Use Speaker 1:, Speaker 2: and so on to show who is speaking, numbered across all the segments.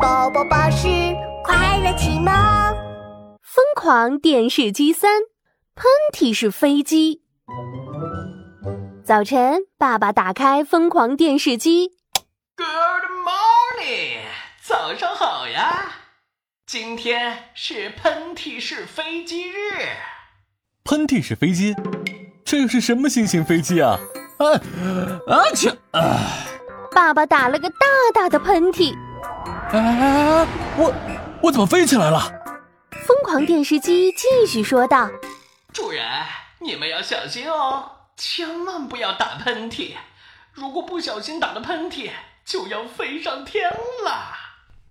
Speaker 1: 宝宝巴士快乐启蒙，
Speaker 2: 疯狂电视机三，喷嚏是飞机。早晨，爸爸打开疯狂电视机，
Speaker 3: Good morning，早上好呀！今天是喷嚏式飞机日，
Speaker 4: 喷嚏式飞机，这是什么新型飞机啊？啊啊去啊！
Speaker 2: 爸爸打了个大大的喷嚏。
Speaker 4: 哎，我我怎么飞起来了？
Speaker 2: 疯狂电视机继续说道
Speaker 3: 主人，你们要小心哦，千万不要打喷嚏，如果不小心打了喷嚏，就要飞上天了。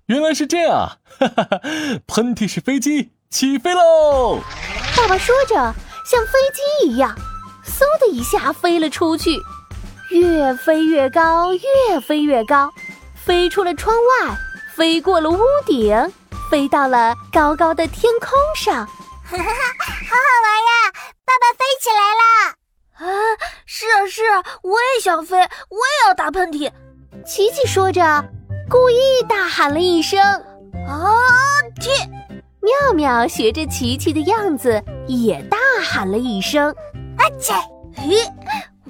Speaker 4: 原来是这样啊！哈哈哈，喷嚏式飞机起飞喽！：“
Speaker 2: 爸爸说着，像飞机一样，嗖的一下飞了出去，越飞越高，越飞越高，飞出了窗外，飞过了屋顶，飞到了高高的天空上。”
Speaker 1: 爸爸飞起来啦！
Speaker 5: 是啊是啊，我也想飞，我也要打喷嚏。
Speaker 2: 琪琪说着，故意大喊了一声。
Speaker 5: 啊，
Speaker 2: 妙妙学着琪琪的样子，也大喊了一声。
Speaker 5: 切！咦，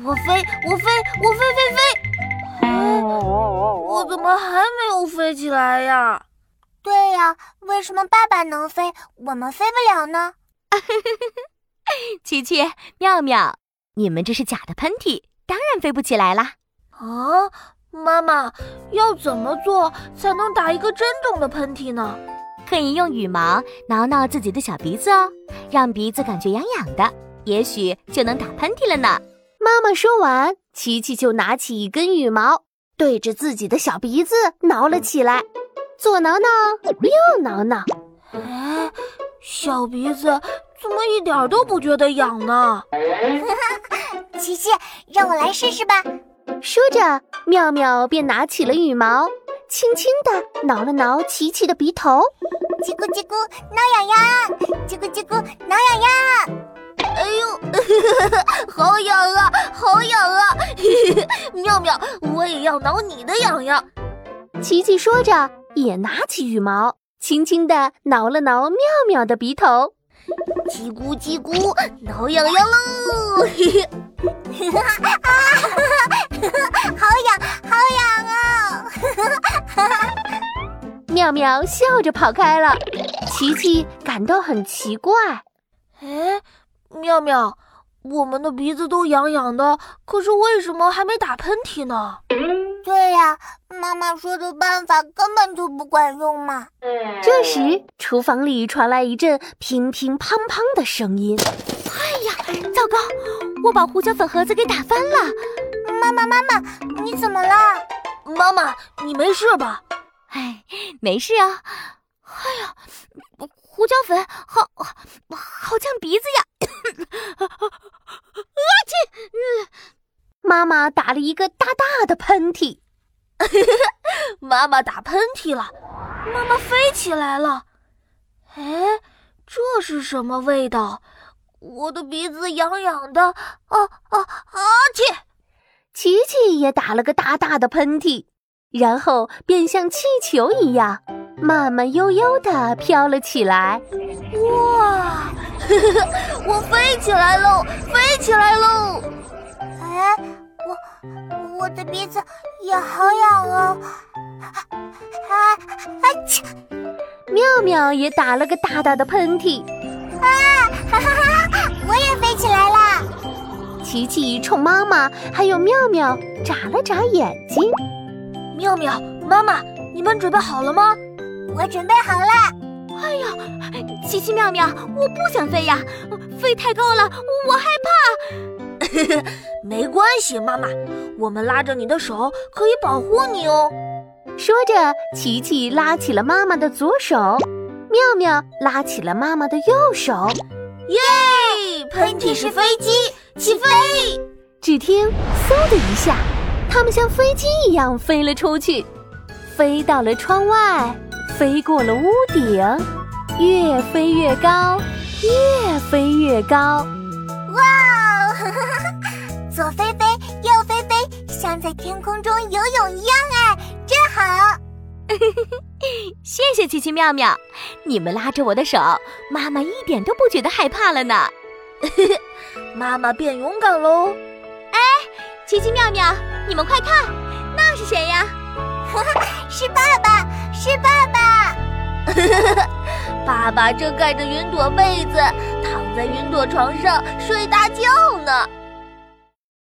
Speaker 5: 我飞，我飞，我飞飞飞！啊，我怎么还没有飞起来呀？
Speaker 1: 对呀、为什么爸爸能飞，我们飞不了呢？
Speaker 2: 琪琪、妙妙，你们这是假的喷嚏，当然飞不起来啦。
Speaker 5: 啊，妈妈，要怎么做才能打一个真正的喷嚏呢？
Speaker 2: 可以用羽毛挠挠自己的小鼻子哦，让鼻子感觉痒痒的，也许就能打喷嚏了呢。妈妈说完，琪琪就拿起一根羽毛，对着自己的小鼻子挠了起来，左挠挠，右挠挠。
Speaker 5: 哎，小鼻子怎么一点儿都不觉得痒呢？
Speaker 1: 琪琪，让我来试试吧。
Speaker 2: 说着，妙妙便拿起了羽毛，轻轻地挠了挠琪琪的鼻头。
Speaker 1: 叽咕叽咕，挠痒痒；叽咕叽咕，挠痒痒。
Speaker 5: 哎呦， 好痒啊，好痒啊！ 妙妙，我也要挠你的痒痒。
Speaker 2: 琪琪说着，也拿起羽毛，轻轻地挠了挠妙妙的鼻头。
Speaker 5: 叽咕叽咕，挠痒痒喽！ 嘿嘿，
Speaker 1: 好痒，好痒啊！
Speaker 2: 妙妙笑着跑开了，琪琪感到很奇怪。
Speaker 5: 哎，妙妙，我们的鼻子都痒痒的，可是为什么还没打喷嚏呢？
Speaker 1: 对呀、妈妈说的办法根本就不管用嘛。
Speaker 2: 这时，厨房里传来一阵乒乒乓乓的声音。哎呀，糟糕！我把胡椒粉盒子给打翻了。
Speaker 1: 妈妈，妈妈，你怎么了？
Speaker 5: 妈妈，你没事吧？
Speaker 2: 哎，没事啊。哎呀，胡椒粉好，好呛鼻子呀！ 妈妈打了一个大大的喷嚏。
Speaker 5: 妈妈打喷嚏了，妈妈飞起来了。哎，这是什么味道？我的鼻子痒痒的，啊啊啊！嚏！
Speaker 2: 琪琪也打了个大大的喷嚏，然后便像气球一样，慢慢悠悠地飘了起来。
Speaker 5: 哦哇， 我飞起来喽，飞起来喽！
Speaker 1: 哎，我我的鼻子也好痒哦。啊啊！切！
Speaker 2: 妙妙也打了个大大的喷嚏。
Speaker 1: 啊哈哈哈哈！我也飞起来啦！
Speaker 2: 琪琪冲妈妈还有妙妙眨了眨眼睛。
Speaker 5: 妙妙，妈妈，你们准备好了吗？
Speaker 1: 我准备好了。
Speaker 2: 哎琪琪、妙妙，我不想飞呀，飞太高了，我害怕。
Speaker 5: 没关系，妈妈，我们拉着你的手可以保护你哦。
Speaker 2: 说着，琪琪拉起了妈妈的左手，妙妙拉起了妈妈的右手。
Speaker 5: 嘿，喷嚏是飞机，起飞！
Speaker 2: 只听“嗖”的一下，它们像飞机一样飞了出去，飞到了窗外，飞过了屋顶，越飞越高，越飞越高。
Speaker 1: 哇哦！左飞飞，右
Speaker 5: 啊
Speaker 1: 飞飞，像在天空中游泳一样哎，真好。
Speaker 2: 谢谢奇奇妙妙，你们拉着我的手，妈妈一点都不觉得害怕了呢。
Speaker 5: 妈妈变勇敢喽！
Speaker 2: 奇奇妙妙，你们快看，那是谁呀？
Speaker 1: 是爸爸，是爸 爸，
Speaker 5: 爸爸正盖着云朵被子，躺在云朵床上睡大觉呢。